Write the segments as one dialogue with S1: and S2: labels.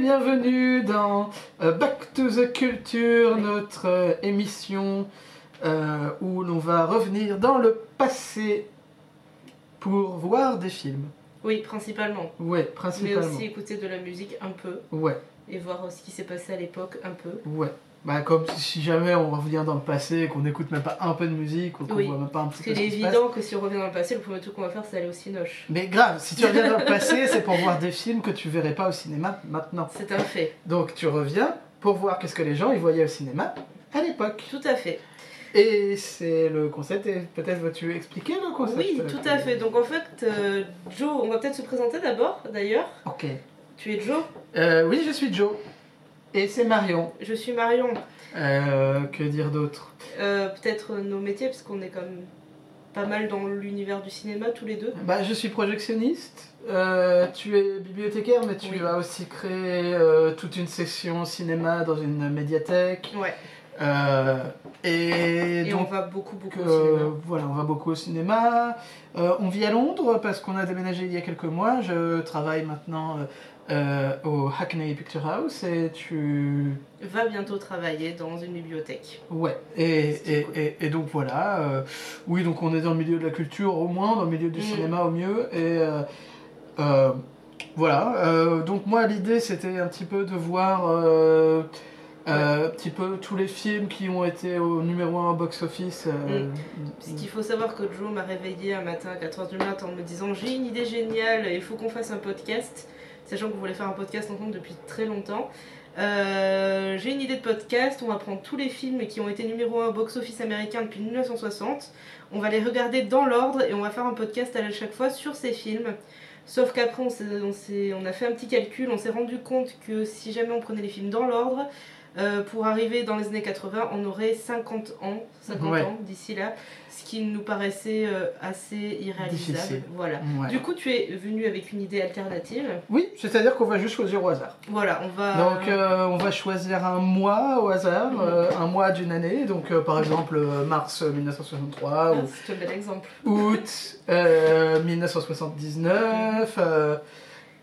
S1: bienvenue dans euh, Back to the Culture, notre euh, émission euh, où l'on va revenir dans le passé pour voir des films.
S2: Oui, principalement.
S1: Ouais,
S2: Mais
S1: principalement.
S2: aussi écouter de la musique un peu
S1: Ouais,
S2: et voir ce qui s'est passé à l'époque un peu.
S1: ouais. Bah comme si jamais on revient dans le passé et qu'on n'écoute même pas un peu de musique ou qu'on
S2: Oui.
S1: voit même pas un petit
S2: Parce
S1: peu
S2: qu'il
S1: ce
S2: est
S1: qui se passe.
S2: évident que si on revient dans le passé, le premier truc qu'on va faire, c'est aller au Cinoche.
S1: Mais grave, si tu reviens dans le passé, c'est pour voir des films que tu verrais pas au cinéma maintenant.
S2: C'est un fait,
S1: Donc tu reviens pour voir qu'est-ce que les gens ils voyaient au cinéma à l'époque.
S2: tout à fait.
S1: Et c'est le concept, et peut-être vas-tu expliquer le concept euh,
S2: Oui, tout à fait. Donc en fait, euh, Joe, on va peut-être se présenter d'abord, d'ailleurs.
S1: Ok.
S2: Tu es Joe,
S1: Euh, oui, je suis Joe. Et c'est Marion.
S2: je suis Marion.
S1: Euh, que dire d'autre
S2: Euh, peut-être nos métiers, parce qu'on est quand même pas mal dans l'univers du cinéma tous les deux.
S1: Bah, je suis projectionniste. Euh, tu es bibliothécaire, mais tu
S2: Oui.
S1: as aussi créé euh, toute une session cinéma dans une médiathèque.
S2: Ouais.
S1: Euh, et,
S2: Et, on
S1: donc,
S2: va beaucoup, beaucoup au
S1: euh,
S2: cinéma.
S1: voilà, on va beaucoup au cinéma. Euh, on vit à Londres parce qu'on a déménagé il y a quelques mois. Je travaille maintenant euh, euh, au Hackney Picture House et tu
S2: Va bientôt travailler dans une bibliothèque.
S1: Ouais, et,
S2: C'est
S1: et,
S2: cool.
S1: et, et donc voilà. euh, oui, donc on est dans le milieu de la culture au moins, dans le milieu du
S2: Mm.
S1: cinéma au mieux. Et euh, euh, voilà. euh, donc moi, l'idée, c'était un petit peu de voir euh, euh, un petit peu tous les films qui ont été au numéro 1 box-office. euh,
S2: Parce qu'il faut savoir que Joe m'a réveillée un matin à 4h du matin en me disant j'ai une idée géniale, il faut qu'on fasse un podcast, sachant qu'on voulait faire un podcast ensemble depuis très longtemps. Euh, j'ai une idée de podcast, on va prendre tous les films qui ont été numéro 1 au box-office américain depuis 1960, on va les regarder dans l'ordre et on va faire un podcast à chaque fois sur ces films. Sauf qu'après on, s'est- on s'est- on a fait un petit calcul, on s'est rendu compte que si jamais on prenait les films dans l'ordre, euh, pour arriver dans les années 80, on aurait 50 ans, 50
S1: Ouais.
S2: ans d'ici là ce qui nous paraissait euh, assez irréalisable.
S1: Difficile.
S2: Voilà.
S1: ouais.
S2: Du coup, tu es venu avec une idée alternative.
S1: Oui, c'est-à-dire qu'on va juste choisir au hasard.
S2: Voilà, on va.
S1: Donc euh, on va choisir un mois au hasard,
S2: Mhm.
S1: euh, un mois d'une année. Donc euh, par exemple euh, mars 1963 ou
S2: Ah, c'est un bel exemple.
S1: août euh, 1979 euh,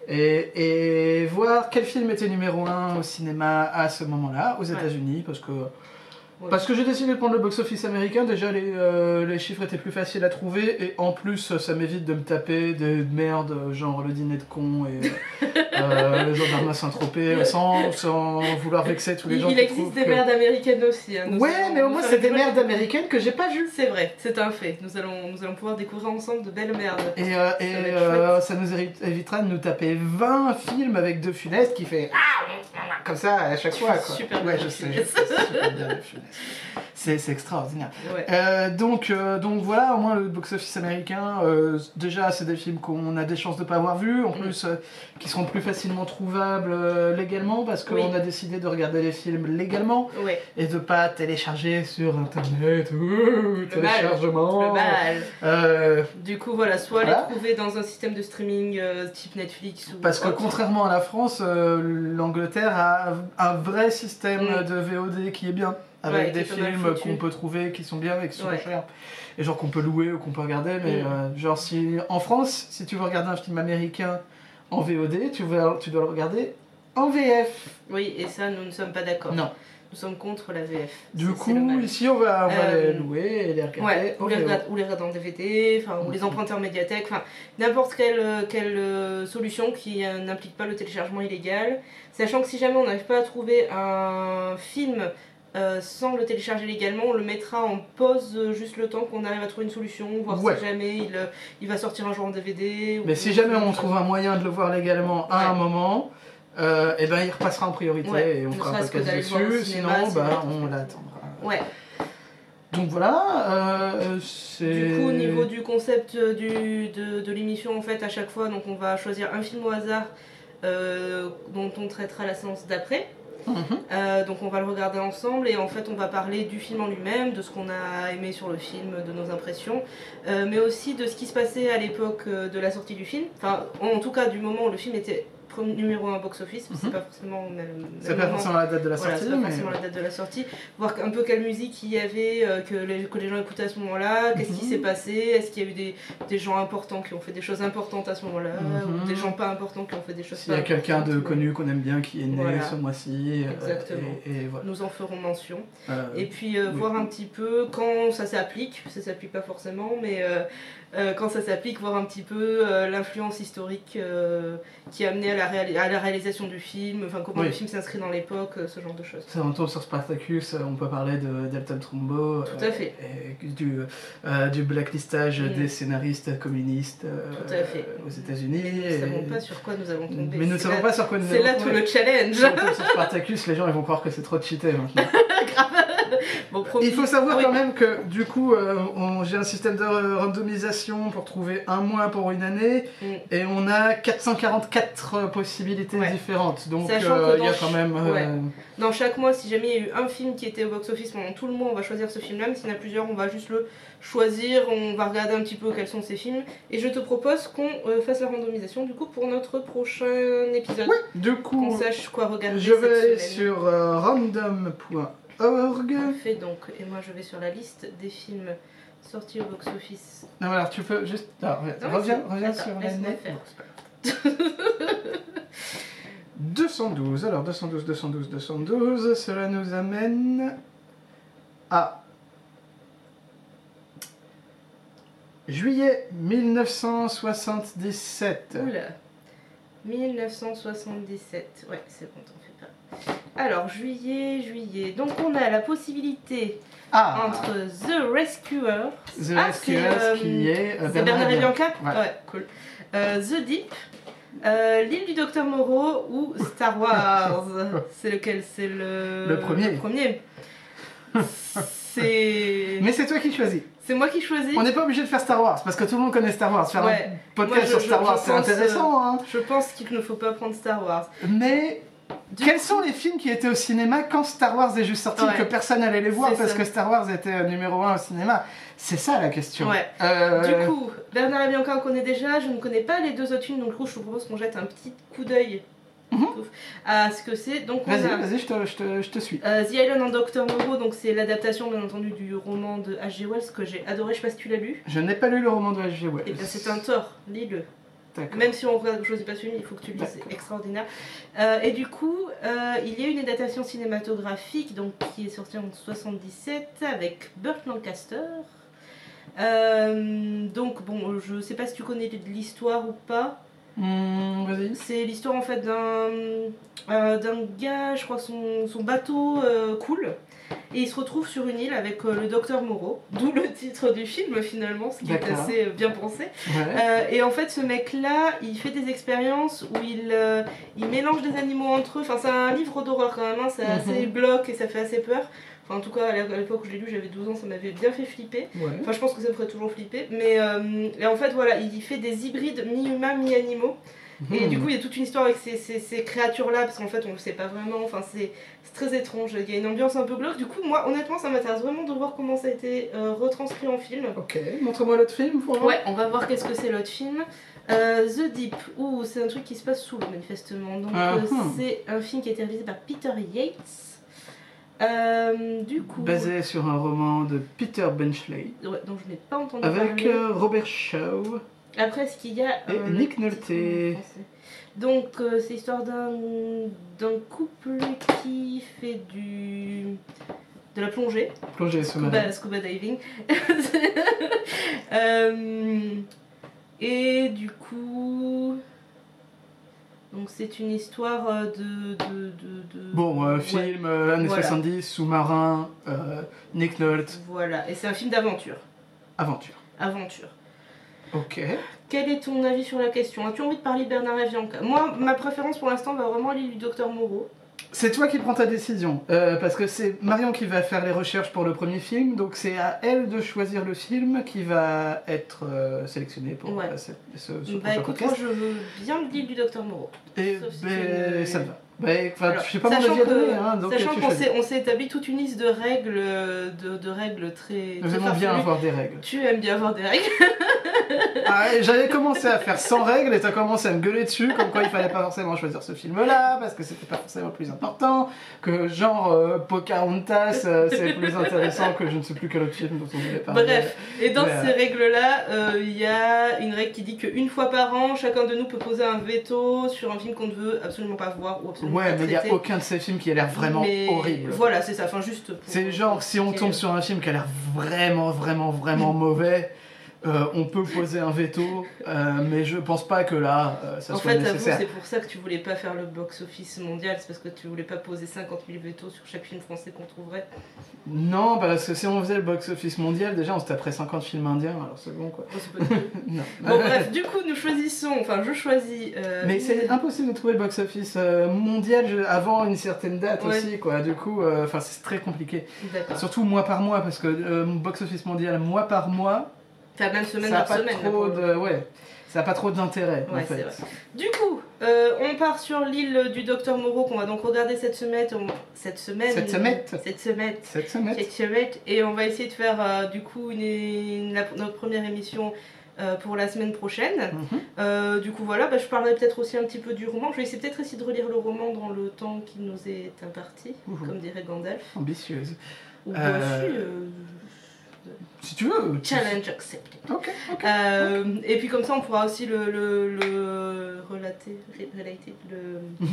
S1: et, et voir quel film était numéro 1 au cinéma à ce moment-là aux
S2: Ouais.
S1: États-Unis parce que parce que j'ai décidé de prendre le box-office américain déjà les, euh, les chiffres étaient plus faciles à trouver et en plus ça m'évite de me taper des merdes genre le dîner de con et euh, les gendarmes à Saint-Tropez sans, sans vouloir vexer tous les
S2: Il,
S1: gens
S2: il
S1: qui
S2: existe
S1: trouvent
S2: des
S1: que-
S2: merdes américaines aussi. hein. Nous
S1: ouais
S2: allons
S1: mais au
S2: nous
S1: moins
S2: faire
S1: c'est
S2: une
S1: des
S2: bonne-
S1: merdes américaines que j'ai pas vues
S2: C'est vrai, c'est un fait. Nous allons, nous allons pouvoir découvrir ensemble de belles merdes.
S1: Et, euh, et,
S2: Ça va être
S1: euh, ça nous éri- évitera de nous taper 20 films avec deux funestes qui fait Ah comme ça à chaque
S2: Tu
S1: fois.
S2: fais
S1: Quoi.
S2: super
S1: ouais,
S2: bien
S1: je
S2: De
S1: sais, je
S2: Funès.
S1: fais super bien de Funès. C'est c'est extraordinaire.
S2: Ouais.
S1: Euh, donc, euh, donc voilà, au moins le box-office américain, euh, déjà c'est des films qu'on a des chances de pas avoir vus, en
S2: Mm.
S1: plus euh, qui seront plus facilement trouvables euh, légalement parce qu'on
S2: Oui.
S1: a décidé de regarder les films légalement
S2: Ouais,
S1: et de pas télécharger sur internet. Ouh,
S2: le
S1: téléchargement.
S2: bal.
S1: Euh,
S2: Du coup, voilà, soit
S1: Oh. Voilà.
S2: les trouver dans un système de streaming euh, type Netflix ou.
S1: Parce que
S2: autre.
S1: contrairement à la France, euh, l'Angleterre a un vrai système
S2: Mm.
S1: de VOD qui est bien. Avec
S2: Ouais, qui
S1: des
S2: est pas mal
S1: films
S2: foutu.
S1: qu'on peut trouver qui sont bien et qui sont
S2: Ouais.
S1: chers. Et genre qu'on peut louer ou qu'on peut regarder. Mais
S2: Mm.
S1: euh, genre si en France, si tu veux regarder un film américain en VOD, tu, vas- tu dois le regarder en VF.
S2: Oui, et ça, nous ne sommes pas d'accord.
S1: Non.
S2: Nous sommes contre la VF.
S1: Du
S2: C'est- c'est le
S1: coup,
S2: mal.
S1: ici on va, on va
S2: Euh,
S1: les louer et les regarder
S2: Ouais,
S1: en
S2: Euh, ou les,
S1: VO.
S2: regarde, ou les regarde en DVD, enfin, ou les emprunter en médiathèque, enfin, n'importe quelle, euh, quelle euh, solution qui euh, n'implique pas le téléchargement illégal. Sachant que si jamais on n'arrive pas à trouver un film euh, sans le télécharger légalement, on le mettra en pause euh, juste le temps qu'on arrive à trouver une solution, voir
S1: Ouais.
S2: si jamais il, euh, il va sortir un jour en DVD. ou-
S1: Mais si jamais on trouve un moyen de le voir légalement à
S2: Ouais.
S1: un moment, euh, eh ben il repassera en priorité
S2: Ouais,
S1: et on
S2: ne
S1: fera un
S2: serait-ce que
S1: podcast
S2: d'aller le voir au
S1: dessus.
S2: cinéma,
S1: Sinon,
S2: c'est
S1: bah,
S2: pas-
S1: on l'attendra.
S2: Ouais.
S1: Donc voilà, euh, c'est.
S2: Du coup, au niveau du concept euh, du, de, de l'émission, en fait, à chaque fois, donc on va choisir un film au hasard euh, dont on traitera la séance d'après.
S1: Mhm.
S2: Euh, donc on va le regarder ensemble et en fait on va parler du film en lui-même, de ce qu'on a aimé sur le film, de nos impressions, euh, mais aussi de ce qui se passait à l'époque euh, de la sortie du film, enfin en tout cas du moment où le film était premier numéro 1 box-office, parce que c'est pas forcément... on a le-
S1: Mhm. C'est
S2: le
S1: pas
S2: moment.
S1: forcément la date de la
S2: Voilà,
S1: sortie,
S2: c'est pas
S1: mais.
S2: forcément la date de la sortie. Voir un peu quelle musique il y avait, euh, que, les, que les gens écoutaient à ce moment-là, qu'est-ce qui
S1: Mhm.
S2: s'est passé, est-ce qu'il y a eu des, des gens importants qui ont fait des choses importantes à ce moment-là,
S1: Mhm.
S2: ou des gens pas importants qui ont fait des choses
S1: S'il y a
S2: pas
S1: quelqu'un de
S2: importantes,
S1: connu qu'on aime bien qui est né
S2: euh, Voilà.
S1: ce mois-ci. euh,
S2: Exactement.
S1: Et, et voilà.
S2: mais Nous en ferons mention.
S1: Euh,
S2: Et puis euh,
S1: oui.
S2: voir un petit peu quand ça s'applique, ça s'applique pas forcément, mais euh, euh, quand ça s'applique, voir un petit peu euh, l'influence historique euh, qui a amené à la, réali- à la réalisation du film, enfin comment
S1: Oui.
S2: le film s'inscrit dans l'époque, euh, ce genre de choses.
S1: Ça, on tombe sur Spartacus, euh, on peut parler de d'Alton Trumbo. euh,
S2: Tout à fait.
S1: Et du, euh, du blacklistage
S2: Mm.
S1: des scénaristes communistes euh,
S2: Tout à fait.
S1: aux États-Unis.
S2: Nous ne savons
S1: et-
S2: pas sur quoi nous allons tomber.
S1: Mais nous ne
S2: C'est
S1: savons
S2: la-
S1: pas sur quoi nous
S2: C'est
S1: allons
S2: là tout
S1: tomber.
S2: le challenge.
S1: Si on tombe sur Spartacus, les gens ils vont croire que c'est trop cheaté maintenant.
S2: Bon, promis.
S1: Il faut savoir
S2: Oui.
S1: quand même que du coup, euh, on- j'ai un système de euh, randomisation pour trouver un mois pour une année
S2: Mm.
S1: et on a 444 possibilités
S2: Ouais.
S1: différentes. Donc euh, il
S2: Sachant que
S1: y a
S2: dans
S1: quand même. euh,
S2: Ouais. Dans chaque mois, si jamais il y a eu un film qui était au box-office pendant tout le mois, on va choisir ce film-là. Mais s'il y en a plusieurs, on va juste le choisir, on va regarder un petit peu quels sont ces films. Et je te propose qu'on euh, fasse la randomisation du coup pour notre prochain épisode.
S1: Du
S2: Qu'on
S1: coup,
S2: sache quoi regarder.
S1: je vais aller
S2: cette semaine.
S1: sur euh, random.org.
S2: Fais donc, et moi je vais sur la liste des films sortis au box-office.
S1: Non, mais alors tu peux juste. alors,
S2: Non, mais
S1: reviens
S2: c'est-
S1: reviens
S2: attends,
S1: sur
S2: laisse-moi
S1: l'année.
S2: faire.
S1: 212. Alors 212, 212, 212. Cela nous amène à juillet 1977.
S2: Oula. 1977. Ouais, c'est bon, t'en fais pas. Alors, juillet, juillet. Donc, on a la possibilité
S1: Ah,
S2: entre The Rescuer,
S1: The
S2: ah,
S1: Rescuers
S2: c'est, euh,
S1: qui est euh,
S2: c'est Bernard et Bianca
S1: Ouais.
S2: cool. Euh, The Deep, euh, L'île du Docteur Moreau ou Star Wars C'est lequel C'est le...
S1: Le premier.
S2: le premier. C'est...
S1: Mais c'est toi qui choisis.
S2: C'est moi qui choisis.
S1: On n'est pas obligé de faire Star Wars parce que tout le monde connaît Star Wars. Faire
S2: Ouais.
S1: un podcast
S2: Moi, je-
S1: sur Star
S2: je-
S1: Wars,
S2: je
S1: c'est
S2: pense, euh,
S1: intéressant. hein.
S2: Je pense qu'il ne faut pas prendre Star Wars.
S1: Mais
S2: Du
S1: quels sont les films qui étaient au cinéma quand Star Wars est juste sorti
S2: Ouais.
S1: que personne n'allait les voir
S2: C'est
S1: parce
S2: ça.
S1: que Star Wars était euh, numéro 1 au cinéma C'est ça la question.
S2: Ouais.
S1: Euh,
S2: Du coup, Bernard et Bianca, on connaît déjà. Je ne connais pas les deux autres films, donc du coup, je vous propose qu'on jette un petit coup d'œil
S1: Mhm.
S2: ouf, à ce que c'est. Donc, on
S1: vas-y,
S2: a
S1: vas-y, je te, je te- je te suis.
S2: euh, The Island en Docteur Moreau, donc c'est l'adaptation, bien entendu, du roman de H.G. Wells que j'ai adoré. Je sais pas si tu l'as lu.
S1: Je n'ai pas lu le roman de H.G. Wells.
S2: Et Eh bien, c'est un tort, lis-le.
S1: D'accord.
S2: Même si on regarde quelque chose n'est pas film, il faut que tu le lises, c'est
S1: D'accord.
S2: extraordinaire. Euh, et du coup, euh, il y a une adaptation cinématographique donc, qui est sortie en 77 avec Burt Lancaster. Euh, donc, bon, je sais pas si tu connais l'histoire ou pas.
S1: Hmm, vas-y.
S2: C'est l'histoire en fait d'un euh, d'un gars, je crois que son, son bateau euh, coule et il se retrouve sur une île avec euh, le docteur Moreau, d'où le titre du film finalement, ce qui est
S1: D'accord.
S2: assez euh, bien pensé.
S1: Ouais.
S2: Euh, et en fait, ce mec-là, il fait des expériences où il, euh, il mélange des animaux entre eux. Enfin, c'est un livre d'horreur quand même, hein, c'est
S1: Mhm.
S2: assez bloc et ça fait assez peur. Enfin, en tout cas, à l'é- à l'époque où je l'ai lu, j'avais 12 ans, ça m'avait bien fait flipper.
S1: Ouais.
S2: Enfin, je pense que ça me ferait toujours flipper. Mais euh, et en fait, voilà, il fait des hybrides mi-humains, mi-animaux. Et
S1: Hmm.
S2: du coup, il y a toute une histoire avec ces, ces- ces créatures-là, parce qu'en fait, on le sait pas vraiment. Enfin, c'est c'est très étrange. Il y a une ambiance un peu glauque. Du coup, moi, honnêtement, ça m'intéresse vraiment de voir comment ça a été euh, retranscrit en film.
S1: Ok, montre-moi l'autre film pour voir.
S2: Ouais, on va voir qu'est-ce que c'est l'autre film. Euh, The Deep, ou c'est un truc qui se passe sous l'eau manifestement. Donc
S1: Ah,
S2: euh,
S1: hum.
S2: c'est un film qui a été réalisé par Peter Yates. Euh, du coup,
S1: Basé sur un roman de Peter Benchley
S2: ouais, dont je n'ai pas entendu
S1: avec
S2: parler.
S1: euh, Robert Shaw.
S2: Après, ce qu'il y a euh,
S1: et
S2: un
S1: Nick
S2: petit
S1: Nolte.
S2: film français. Donc euh, c'est l'histoire d'un d'un couple qui fait du de la plongée.
S1: Plongée sous-marine.
S2: Scuba, scuba diving. Euh, et du coup. Donc c'est une histoire euh, de. de, de, de-
S1: Bon, euh,
S2: Ouais,
S1: film euh, années
S2: Voilà.
S1: 70, sous-marin, euh, Nick Nolte,
S2: Voilà, et c'est un film d'aventure.
S1: aventure.
S2: Aventure.
S1: Ok.
S2: Quel est ton avis sur la question As-tu envie de parler de Bernard et Bianca Moi, ma préférence pour l'instant va vraiment aller du docteur Moreau.
S1: C'est toi qui prends ta décision, euh, parce que c'est Marion qui va faire les recherches pour le premier film, donc c'est à elle de choisir le film qui va être euh, sélectionné pour
S2: Ouais.
S1: euh, cette- ce, ce
S2: Bah
S1: prochain
S2: écoute, moi
S1: podcast.
S2: je veux bien le deal du docteur Moreau.
S1: Et
S2: sauf si
S1: ben,
S2: c'est-
S1: ça me va. Mais, enfin,
S2: Alors,
S1: je sais Bah, pas mon
S2: sachant
S1: avis à
S2: que-
S1: donner, hein, donc
S2: Sachant
S1: tu
S2: qu'on
S1: choisis.
S2: s'est on s'est établi toute une liste de règles, euh, de, de règles très, très
S1: J'aime bien
S2: farfelues.
S1: avoir des règles.
S2: Tu aimes bien avoir des règles.
S1: Ah, et J'avais commencé à faire 100 règles et t'as commencé à me gueuler dessus, comme quoi il fallait pas forcément choisir ce film-là, parce que c'était pas forcément le plus important, que genre euh, Pocahontas, euh, c'est plus intéressant que je ne sais plus quel autre film dont on voulait parler.
S2: Bref, et dans
S1: Ah, Mais, euh,
S2: ces règles-là, euh, il y a une règle qui dit qu'une fois par an, chacun de nous peut poser un veto sur un film qu'on ne veut absolument pas voir ou absolument
S1: Ouais,
S2: pas
S1: mais il y a
S2: traiter.
S1: aucun de ces films qui a l'air vraiment
S2: Mais
S1: horrible.
S2: Voilà, c'est ça, enfin juste. pour-
S1: C'est genre, si on
S2: Ok.
S1: tombe sur un film qui a l'air vraiment, vraiment, vraiment mauvais, euh, on peut poser un veto, euh, mais je pense pas que là, euh, ça
S2: En
S1: soit
S2: fait, à vous,
S1: nécessaire.
S2: c'est pour ça que tu voulais pas faire le box-office mondial, c'est parce que tu voulais pas poser 50 000 veto sur chaque film français qu'on trouverait.
S1: Non, parce que si on faisait le box-office mondial, déjà on se taperait 50 films indiens, alors c'est bon quoi.
S2: Oh, c'est pas possible.
S1: Non. Euh,
S2: bon, bref, du coup, nous choisissons, enfin, je choisis. euh,
S1: Mais c'est
S2: une-
S1: impossible de trouver le box-office euh, mondial je- avant une certaine date
S2: Ouais.
S1: aussi, quoi. Du coup, euh, enfin, c'est très compliqué.
S2: D'accord.
S1: Surtout mois par mois, parce que euh, mon box-office mondial mois par mois,
S2: Enfin, même semaine
S1: ça n'a
S2: par
S1: pas
S2: semaine. là, pour
S1: trop
S2: le
S1: de, ouais, ça a pas trop d'intérêt en
S2: Ouais,
S1: fait.
S2: c'est vrai. Du coup, euh, on part sur l'île du docteur Moreau qu'on va donc regarder cette semaine. on- Cette semaine.
S1: Cette semaine.
S2: Cette semaine.
S1: Cette semaine.
S2: Cette semaine. Et on va essayer de faire euh, du coup une, une- la- notre première émission euh, pour la semaine prochaine.
S1: Mhm.
S2: Euh, du coup, voilà, bah, je parlerai peut-être aussi un petit peu du roman. Je vais essayer peut-être essayer de relire le roman dans le temps qui nous est imparti,
S1: Ouhou.
S2: comme dirait Gandalf.
S1: Ambitieuse.
S2: Ou
S1: Euh,
S2: aussi, euh,
S1: Si tu veux. tu-
S2: challenge accepted.
S1: Ok. ok.
S2: Euh, et puis comme ça, on pourra aussi le, le, le relater, ré- relater, le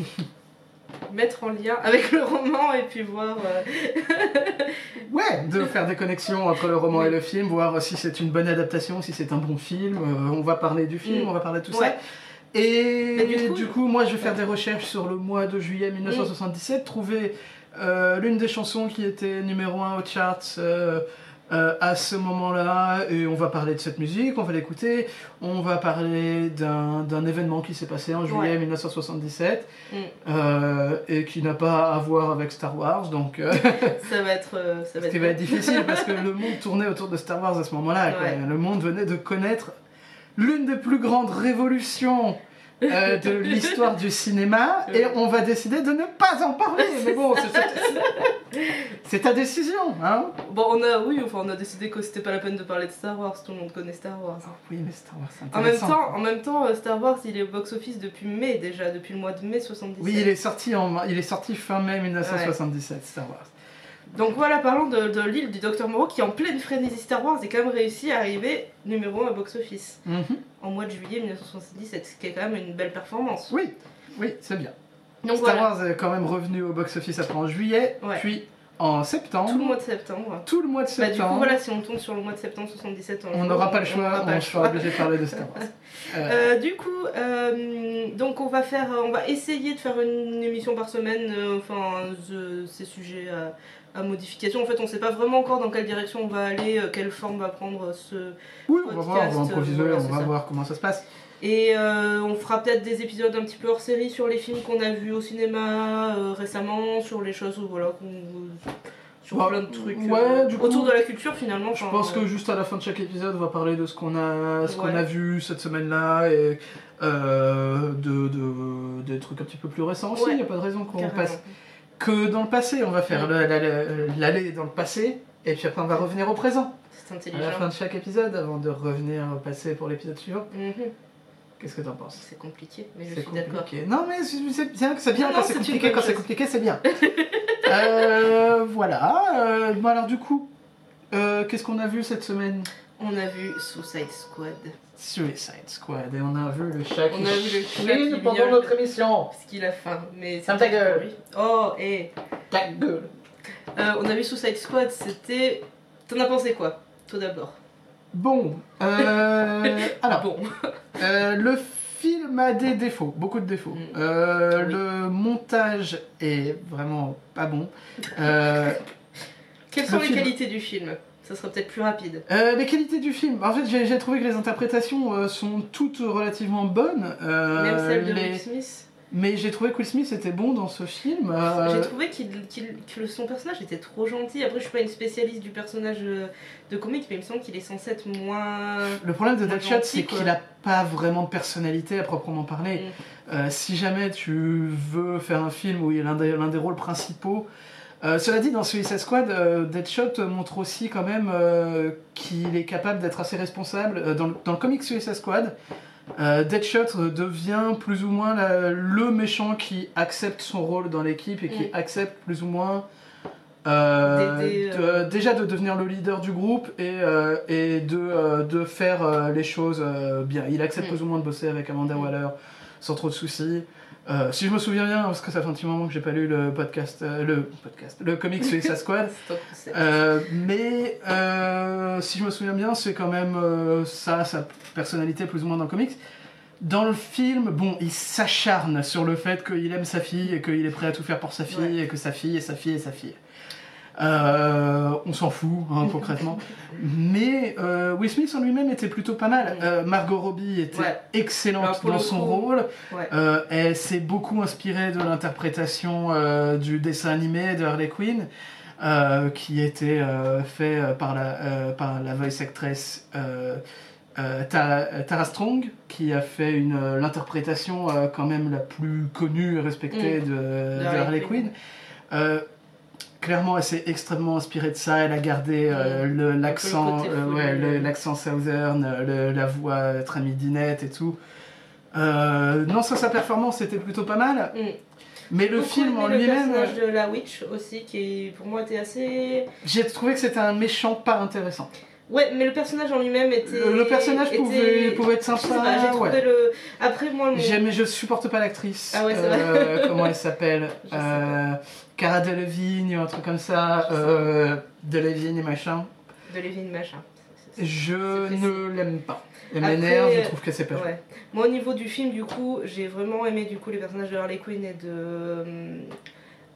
S2: mettre en lien avec le roman et puis voir. euh,
S1: Ouais, de faire des connexions entre le roman et le film, voir si c'est une bonne adaptation, si c'est un bon film. euh, on va parler du film,
S2: Mm.
S1: on va parler de tout
S2: Ouais.
S1: ça. Et
S2: Mais
S1: du
S2: du
S1: coup,
S2: coup-
S1: moi, je vais faire des recherches sur le mois de juillet
S2: Mm.
S1: 1977, trouver euh, l'une des chansons qui était numéro 1 aux charts euh, euh, à ce moment-là, et on va parler de cette musique, on va l'écouter, on va parler d'un d'un événement qui s'est passé en juillet
S2: Ouais.
S1: 1977,
S2: Mm.
S1: euh, et qui n'a pas à voir avec Star Wars, donc... euh,
S2: ça va être. euh, Ça va
S1: ce
S2: être
S1: qui va être difficile parce que le monde tournait autour de Star Wars à ce moment-là. quoi.
S2: Ouais.
S1: Le monde venait de connaître l'une des plus grandes révolutions euh, de l'histoire du cinéma et on va décider de ne pas en parler. Mais bon, c'est- c'est- c'est ta décision, hein
S2: Bon, on a, oui, enfin, on a décidé que c'était pas la peine de parler de Star Wars. Tout le monde connaît Star Wars. hein.
S1: Ah Oui, mais Star Wars, c'est
S2: En même
S1: intéressant.
S2: temps, en même temps, euh, Star Wars, il est au box-office depuis mai déjà, depuis le mois de mai 77.
S1: Oui, il est sorti en, il est sorti fin mai 1977, Star Wars.
S2: Donc voilà, parlons de, de l'île du Docteur Moreau qui, en pleine frénésie Star Wars, est quand même réussi à arriver numéro 1 au box-office.
S1: Mhm.
S2: en mois de juillet 1977, ce qui est quand même une belle performance.
S1: Oui, oui, c'est bien.
S2: Donc
S1: Star
S2: voilà,
S1: Wars est quand même revenu au box-office après en juillet,
S2: Ouais.
S1: puis en septembre,
S2: tout le mois de septembre.
S1: tout le mois de
S2: Bah,
S1: septembre.
S2: du coup, voilà, si on tombe sur le mois de septembre 77, en
S1: On
S2: juin,
S1: n'aura pas le choix,
S2: n'aura
S1: on,
S2: pas le
S1: sera
S2: choix.
S1: obligé de parler de Star Wars. Euh,
S2: Euh, du coup, euh, donc on va faire, on va essayer de faire une émission par semaine, euh, enfin je- c'est sujet à, à modification. En fait, on sait pas vraiment encore dans quelle direction on va aller, euh, quelle forme va prendre ce.
S1: oui, on va voir, on
S2: podcast,
S1: va improviser,
S2: euh, voilà,
S1: on
S2: c'est
S1: va
S2: ça.
S1: voir comment ça se passe.
S2: Et euh, on fera peut-être des épisodes un petit peu hors série sur les films qu'on a vus au cinéma euh, récemment, sur les choses où voilà qu'on sur
S1: Bah,
S2: plein de trucs euh,
S1: ouais, du coup,
S2: autour de la culture finalement.
S1: Je
S2: enfin,
S1: pense
S2: euh,
S1: que juste à la fin de chaque épisode, on va parler de ce qu'on a, ce qu'on
S2: Ouais.
S1: a vu cette semaine-là et euh, de, de- des trucs un petit peu plus récents aussi. Il
S2: Ouais.
S1: n'y a pas de raison qu'on
S2: carrément.
S1: passe que dans le passé. On va faire la-
S2: Ouais.
S1: la- la- l'aller dans le passé et puis après on va revenir au présent
S2: C'est
S1: à la
S2: intelligent.
S1: fin de chaque épisode avant de revenir au passé pour l'épisode suivant.
S2: Mhm.
S1: Qu'est-ce que t'en penses
S2: C'est compliqué, mais je
S1: C'est
S2: suis d'accord.
S1: compliqué. Non, mais c'est c'est bien, c'est bien
S2: Non,
S1: quand
S2: non,
S1: c'est
S2: c'est une
S1: compliqué.
S2: bonne
S1: Quand c'est
S2: chose.
S1: compliqué, c'est bien. Euh, voilà. euh, bon, alors, du coup, euh, qu'est-ce qu'on a vu cette semaine
S2: On a vu Suicide Squad.
S1: Suicide Squad. Et on a vu le chat qui
S2: On a vu le
S1: chie
S2: chat qui
S1: pendant
S2: miaule.
S1: notre émission.
S2: Parce qu'il a faim, mais
S1: Ferme ta
S2: c'est pas pour
S1: gueule.
S2: lui. Oh, et
S1: Ta gueule.
S2: on a vu Suicide Squad, c'était. T'en as pensé quoi Tout d'abord.
S1: Bon. euh, alors,
S2: bon.
S1: euh, le film a des défauts, beaucoup de défauts.
S2: Mm.
S1: Euh,
S2: Oui.
S1: Le montage est vraiment pas bon. Euh,
S2: Quelles
S1: le
S2: sont les
S1: film.
S2: qualités du film Ça sera peut-être plus rapide.
S1: Euh, les qualités du film. En fait, j'ai j'ai trouvé que les interprétations euh, sont toutes relativement bonnes. euh,
S2: Même celle de
S1: les-
S2: Will Smith.
S1: Mais j'ai trouvé que Will Smith était bon dans ce film. euh,
S2: J'ai trouvé qu'il, qu'il- que son personnage était trop gentil. Après, je suis pas une spécialiste du personnage euh, de comique, mais il me semble qu'il est censé être moins.
S1: Le problème de
S2: Moins
S1: Deadshot,
S2: gentil,
S1: c'est
S2: quoi. Mm.
S1: qu'il a pas vraiment de personnalité à proprement parler. Euh, si jamais tu veux faire un film où il y a l'un des, l'un des rôles principaux, euh, cela dit, dans Suicide Squad, euh, Deadshot montre aussi quand même euh, qu'il est capable d'être assez responsable. Euh, dans, le, dans le comic Suicide Squad, euh, Deadshot devient plus ou moins la- le méchant qui accepte son rôle dans l'équipe et qui
S2: Mm.
S1: accepte plus ou moins euh,
S2: D'aider,
S1: de- déjà de devenir le leader du groupe et, euh, et de, euh, de faire euh, les choses euh, bien. Il accepte
S2: Mm.
S1: plus ou moins de bosser avec Amanda
S2: Mm.
S1: Waller sans trop de soucis. Euh, si je me souviens bien, parce que ça fait un petit moment que j'ai pas lu le podcast, euh, le podcast, le comic Suicide Squad.
S2: C'est top, c'est-
S1: Euh, mais euh, si je me souviens bien, c'est quand même euh, ça, sa personnalité plus ou moins dans le comics. Dans le film, bon, il s'acharne sur le fait qu'il aime sa fille et qu'il est prêt à tout faire pour sa fille et que sa fille et sa fille et sa fille. Euh, on s'en fout, hein, concrètement. Mais euh, Will Smith en lui-même était plutôt pas mal.
S2: Mm.
S1: Euh, Margot Robbie était
S2: Ouais.
S1: excellente
S2: Alors, pour
S1: dans
S2: le
S1: son
S2: coup,
S1: rôle.
S2: Ouais.
S1: Euh, elle s'est beaucoup inspirée de l'interprétation euh, du dessin animé de Harley Quinn, euh, qui était euh, fait euh, par la, euh, par la voice actress euh, euh, Ta- Tara Strong, qui a fait une, euh, l'interprétation euh, quand même la plus connue et respectée de, de
S2: Harley
S1: Harley,
S2: Quinn.
S1: Quinn. Euh, Clairement, elle s'est extrêmement inspirée de ça. Elle a gardé euh, le- l'accent,
S2: côté
S1: euh,
S2: folie.
S1: ouais, le- l'accent southern, euh, le- la voix très midinette et tout. Euh, non, ça, sa performance était plutôt pas mal.
S2: Mm.
S1: Mais le
S2: Beaucoup
S1: film
S2: aimé
S1: en
S2: le
S1: lui-même, euh,
S2: personnage de la witch aussi, qui pour moi était assez.
S1: j'ai trouvé que c'était un méchant pas intéressant.
S2: Ouais, mais le personnage en lui-même était.
S1: Le, le personnage
S2: était-
S1: pouvait, pouvait être
S2: Je sais pas, j'ai
S1: sympa.
S2: trouvé
S1: ouais.
S2: le. Après, moi, mon-
S1: J'ai- Mais je supporte pas l'actrice.
S2: Ah ouais, c'est
S1: Euh, comment elle s'appelle
S2: Je sais
S1: euh, Cara Delevingne ou un truc comme ça.
S2: Je sais
S1: Euh, Delevingne et machin.
S2: de Levin machin. C'est- c'est-
S1: Je
S2: C'est précis.
S1: ne l'aime pas. Elle
S2: Après,
S1: m'énerve,
S2: euh,
S1: je trouve qu'elle s'est pas jouée.
S2: Ouais. Moi, au niveau du film, du coup, j'ai vraiment aimé du coup les personnages de Harley Quinn et de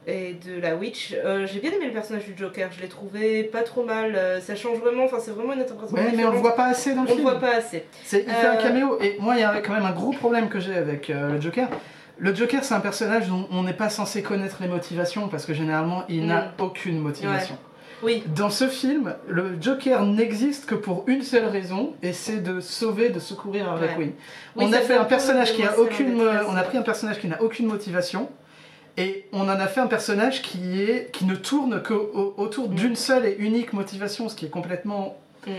S2: et de la Witch. Euh, j'ai bien aimé le personnage du Joker. Je l'ai trouvé pas trop mal. Euh, ça change vraiment. Enfin, c'est vraiment une interprétation.
S1: Ouais, mais on le
S2: différente.
S1: voit pas assez dans le
S2: On le
S1: film.
S2: voit pas assez.
S1: C'est, il fait un
S2: Euh,
S1: caméo. Et moi, il y a quand même un gros problème que j'ai avec euh, le Joker. Le Joker, c'est un personnage dont on n'est pas censé connaître les motivations parce que généralement, il
S2: Mm.
S1: n'a aucune motivation.
S2: Oui.
S1: Dans ce film, le Joker n'existe que pour une seule raison et c'est de sauver, de secourir Harley
S2: Ouais.
S1: Quinn.
S2: Oui,
S1: on
S2: ça
S1: a fait un
S2: peu
S1: personnage
S2: de
S1: qui a
S2: Marcel en
S1: aucune,
S2: détresse.
S1: on a pris un personnage qui n'a aucune motivation, et on en a fait un personnage qui est, qui ne tourne que au- autour
S2: Mm.
S1: d'une seule et unique motivation, ce qui est complètement
S2: Mm.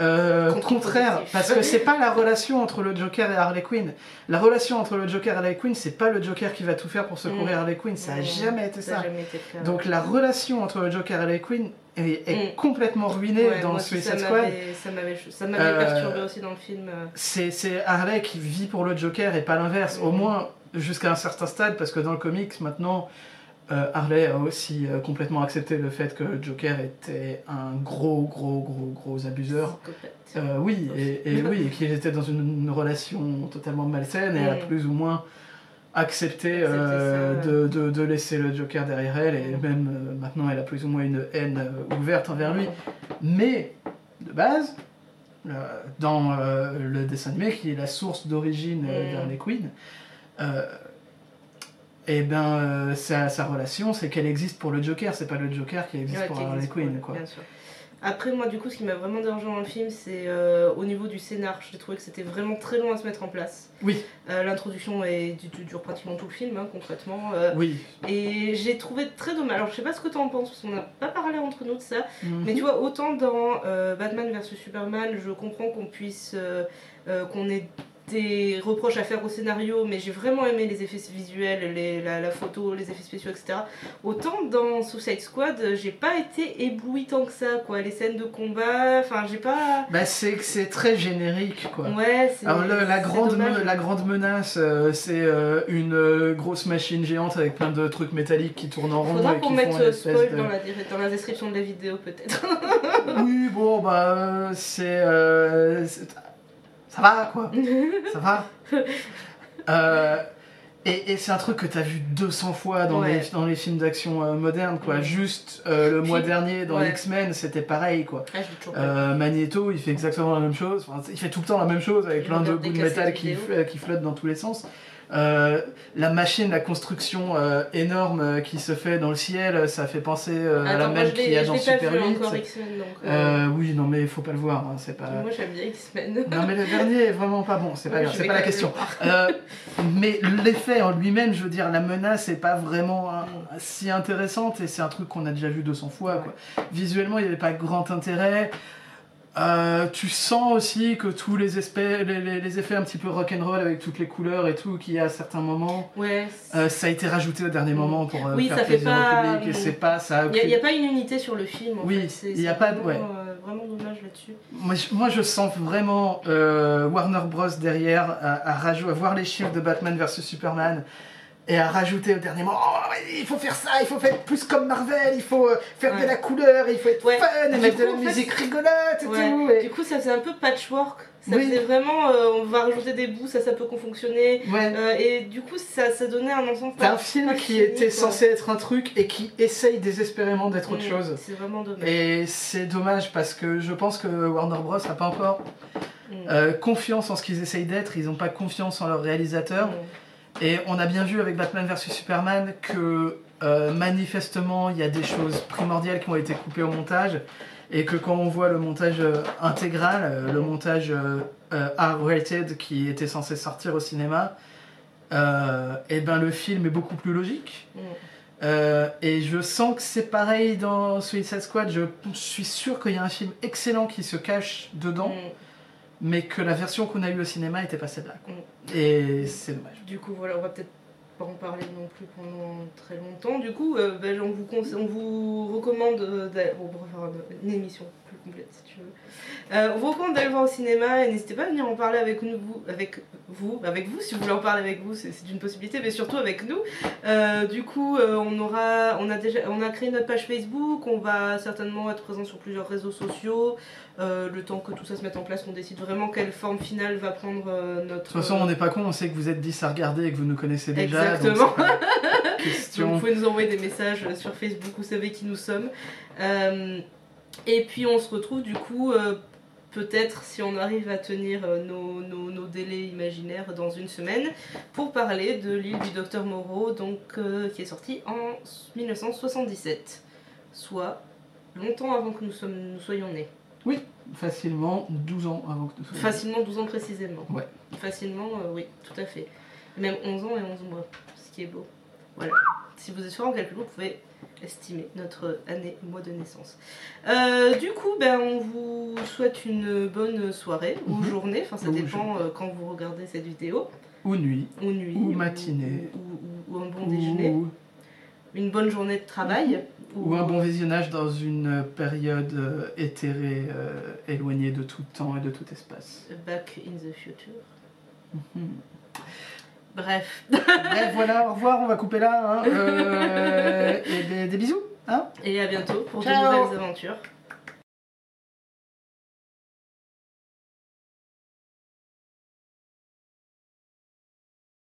S1: euh,
S2: Contre-productif.
S1: contraire, parce que c'est pas la relation entre le Joker et Harley Quinn. La relation entre le Joker et Harley Quinn, c'est pas le Joker qui va tout faire pour secourir Harley Quinn, ça a
S2: Mm.
S1: jamais été
S2: Ça
S1: ça.
S2: a jamais été hein. clair.
S1: Donc la relation entre le Joker et Harley Quinn est, est
S2: Mm.
S1: complètement ruinée
S2: Ouais,
S1: dans
S2: moi aussi,
S1: Suicide
S2: ça
S1: Squad.
S2: m'avait- Ça m'avait ça m'avait
S1: Euh,
S2: perturbé aussi dans le film. euh.
S1: c'est, c'est Harley qui vit pour le Joker et pas l'inverse, au
S2: Mhm.
S1: moins jusqu'à un certain stade, parce que dans le comics, maintenant, euh, Harley a aussi euh, complètement accepté le fait que le Joker était un gros, gros, gros, gros abuseur.
S2: Psychopathe.
S1: Euh, oui, et, et oui, et qu'il était dans une, une relation totalement malsaine et a
S2: Mhm.
S1: plus ou moins accepté
S2: Accepté
S1: euh,
S2: ça,
S1: de, de- de laisser le Joker derrière elle, et
S2: Mhm.
S1: même euh, maintenant elle a plus ou moins une haine euh, ouverte envers lui. Mais, de base, euh, dans euh, le dessin animé, qui est la source d'origine euh,
S2: Mm.
S1: d'Harley Quinn, euh, eh ben, euh, sa, sa relation, c'est qu'elle existe pour le Joker, c'est pas le Joker qui existe
S2: Ouais,
S1: pour
S2: qui
S1: Harley
S2: existe pour
S1: Quinn,
S2: elle,
S1: quoi.
S2: bien sûr. Après, moi, du coup, ce qui m'a vraiment dérangé dans le film, c'est euh, au niveau du scénar. J'ai trouvé que c'était vraiment très long à se mettre en place.
S1: Oui,
S2: Euh, L'introduction est- du- du- dure pratiquement tout le film, hein, concrètement. euh,
S1: oui.
S2: et j'ai trouvé très dommage. Alors, je sais pas ce que t'en penses, parce qu'on n'a pas parlé entre nous de ça.
S1: Mhm.
S2: Mais tu vois, autant dans euh, Batman vs Superman, je comprends qu'on puisse. euh, euh, qu'on ait des reproches à faire au scénario, mais j'ai vraiment aimé les effets visuels, les- la, la photo, les effets spéciaux, etc. Autant dans Suicide Squad, euh, j'ai pas été ébloui tant que ça, quoi. Les scènes de combat, enfin, j'ai pas.
S1: Bah, c'est que c'est très générique, quoi.
S2: Ouais, c'est.
S1: Alors le- la,
S2: c'est
S1: grande
S2: dommage.
S1: me- la grande menace, euh, c'est euh, une euh, grosse machine géante avec plein de trucs métalliques qui tournent en rond
S2: Faudra
S1: et
S2: qu'on
S1: qui
S2: mette
S1: font une
S2: euh,
S1: espèce
S2: spoil
S1: de-
S2: dans, la, dans la description de la vidéo, peut-être.
S1: Oui, bon, bah, euh, c'est, euh, c'est- Ça va, quoi. Ça va. Euh, et et c'est un truc que t'as vu 200 fois dans,
S2: Ouais.
S1: les, dans les films d'action euh, modernes, quoi.
S2: Mm.
S1: Juste euh, le mois
S2: Puis-
S1: dernier, dans
S2: ouais.
S1: X-Men, c'était pareil, quoi.
S2: ah, je l'ai toujours pas.
S1: Euh, Magneto, il fait exactement la même chose. Enfin, il fait tout le temps la même chose avec
S2: Il
S1: plein de
S2: regarde
S1: bouts
S2: des
S1: de métal
S2: cassettes
S1: qui,
S2: vidéo.
S1: fl- qui flottent dans tous les sens. Euh, la machine, la construction euh, énorme euh, qui se fait dans le ciel, ça fait penser euh, à la
S2: Attends, moi,
S1: même
S2: je l'ai
S1: qu'il y a
S2: je
S1: dans
S2: l'ai pas
S1: Super
S2: vu
S1: 8.
S2: encore X-Men, donc... euh,
S1: Euh, oui, non mais il faut pas le voir, hein, c'est pas.
S2: Moi, j'aime bien X-Men.
S1: Non mais le dernier est vraiment pas bon, c'est pas
S2: Ouais,
S1: grave,
S2: je
S1: c'est
S2: vais
S1: pas la
S2: quand même
S1: question. Euh, mais l'effet en lui-même, je veux dire, la menace est pas vraiment hein, si intéressante et c'est un truc qu'on a déjà vu 200 fois. Quoi. Visuellement, il n'y avait pas grand intérêt. Euh, tu sens aussi que tous les, espè- les, les- les effets un petit peu rock'n'roll avec toutes les couleurs et tout qu'il y a à certains moments,
S2: Ouais.
S1: euh, ça a été rajouté au dernier
S2: Mm.
S1: moment pour euh,
S2: Oui,
S1: faire
S2: ça fait
S1: plaisir
S2: pas,
S1: au public et
S2: euh,
S1: c'est pas ça. a
S2: Il n'y a,
S1: aucune-
S2: y a pas une unité sur le film, en
S1: Oui,
S2: fait. c'est-
S1: il y a
S2: c'est
S1: pas de-
S2: Vraiment, euh, vraiment dommage là-dessus.
S1: Moi je, moi, je sens vraiment euh, Warner Bros. derrière à, à, rajou- à voir les chiffres de Batman vs Superman et à rajouter au dernier moment Oh, ouais, il faut faire ça, il faut faire plus comme Marvel, il faut euh, faire de
S2: Ouais.
S1: la couleur, il faut être
S2: Ouais.
S1: fun et
S2: Du
S1: mettre
S2: coup,
S1: de la
S2: en fait,
S1: musique rigolote et
S2: Ouais.
S1: tout. et-
S2: Du coup, ça faisait un peu patchwork. Ça
S1: Oui.
S2: faisait vraiment, euh, on va rajouter des bouts, ça, ça peut qu'on fonctionner.
S1: Ouais.
S2: Euh, et du coup, ça, ça donnait un ensemble.
S1: T'as
S2: pas-
S1: un film
S2: pas
S1: qui
S2: fini,
S1: était
S2: quoi.
S1: censé être un truc et qui essaye désespérément d'être autre
S2: Mm,
S1: chose.
S2: C'est vraiment dommage.
S1: Et c'est dommage parce que je pense que Warner Bros. n'a pas encore
S2: Mm.
S1: euh, confiance en ce qu'ils essayent d'être, ils n'ont pas confiance en leur réalisateur.
S2: Mm.
S1: Et on a bien vu avec Batman vs Superman que euh, manifestement il y a des choses primordiales qui ont été coupées au montage et que quand on voit le montage euh, intégral, euh, le montage euh, euh, R-rated qui était censé sortir au cinéma, et ben le film est beaucoup plus logique.
S2: Mm.
S1: Euh, et je sens que c'est pareil dans Suicide Squad. Je suis sûr qu'il y a un film excellent qui se cache dedans,
S2: Mm.
S1: mais que la version qu'on a eue au cinéma n'était pas celle-là. quoi.
S2: Mm.
S1: Et c'est dommage.
S2: Du coup, voilà, on va peut-être pas en parler non plus pendant très longtemps. Du coup, euh, ben, on, vous conse- on vous recommande euh, d'aller- bon, on pourra faire une, une émission plus complète si tu veux. Euh, on vous recommande d'aller le voir au cinéma et n'hésitez pas à venir en parler avec nous, vous- avec vous, avec vous si vous voulez en parler avec vous, c'est c'est une possibilité, mais surtout avec nous. Euh, du coup, euh, on aura, on a déjà, on a créé notre page Facebook, on va certainement être présent sur plusieurs réseaux sociaux. Euh, le temps que tout ça se mette en place, on décide vraiment quelle forme finale va prendre euh, notre.
S1: De toute façon, on n'est pas con, on sait que vous êtes 10 à regarder et que vous nous connaissez déjà.
S2: Exactement.
S1: donc c'est pas une
S2: Donc, vous
S1: question.
S2: pouvez nous envoyer des messages euh, sur Facebook, vous savez qui nous sommes. Euh, et puis on se retrouve du coup, euh, peut-être si on arrive à tenir euh, nos, nos- nos délais imaginaires dans une semaine, pour parler de l'île du docteur Moreau, donc, euh, qui est sortie en 1977, soit longtemps avant que nous, sommes, nous soyons nés.
S1: Facilement 12 ans avant que nous
S2: Facilement 12 ans précisément.
S1: Ouais.
S2: Facilement, euh, oui, tout à fait. Même 11 ans et 11 mois, ce qui est beau. Voilà. Si vous êtes fort en calcul, vous pouvez estimer notre année, mois de naissance. Euh, du coup, ben, on vous souhaite une bonne soirée ou
S1: Mhm.
S2: journée, enfin ça
S1: Ou
S2: dépend euh, quand vous regardez cette vidéo,
S1: Ou nuit.
S2: ou nuit,
S1: Ou matinée.
S2: ou, ou- ou un bon déjeuner,
S1: Ou,
S2: une bonne journée de travail,
S1: Mhm. ou un bon visionnage dans une période euh, éthérée, euh, éloignée de tout temps et de tout espace.
S2: Back in the future.
S1: Mhm.
S2: Bref,
S1: Bref, voilà, au revoir, on va couper là. hein. Euh, et des, des bisous. Hein
S2: et à bientôt pour
S1: Ciao.
S2: de nouvelles aventures.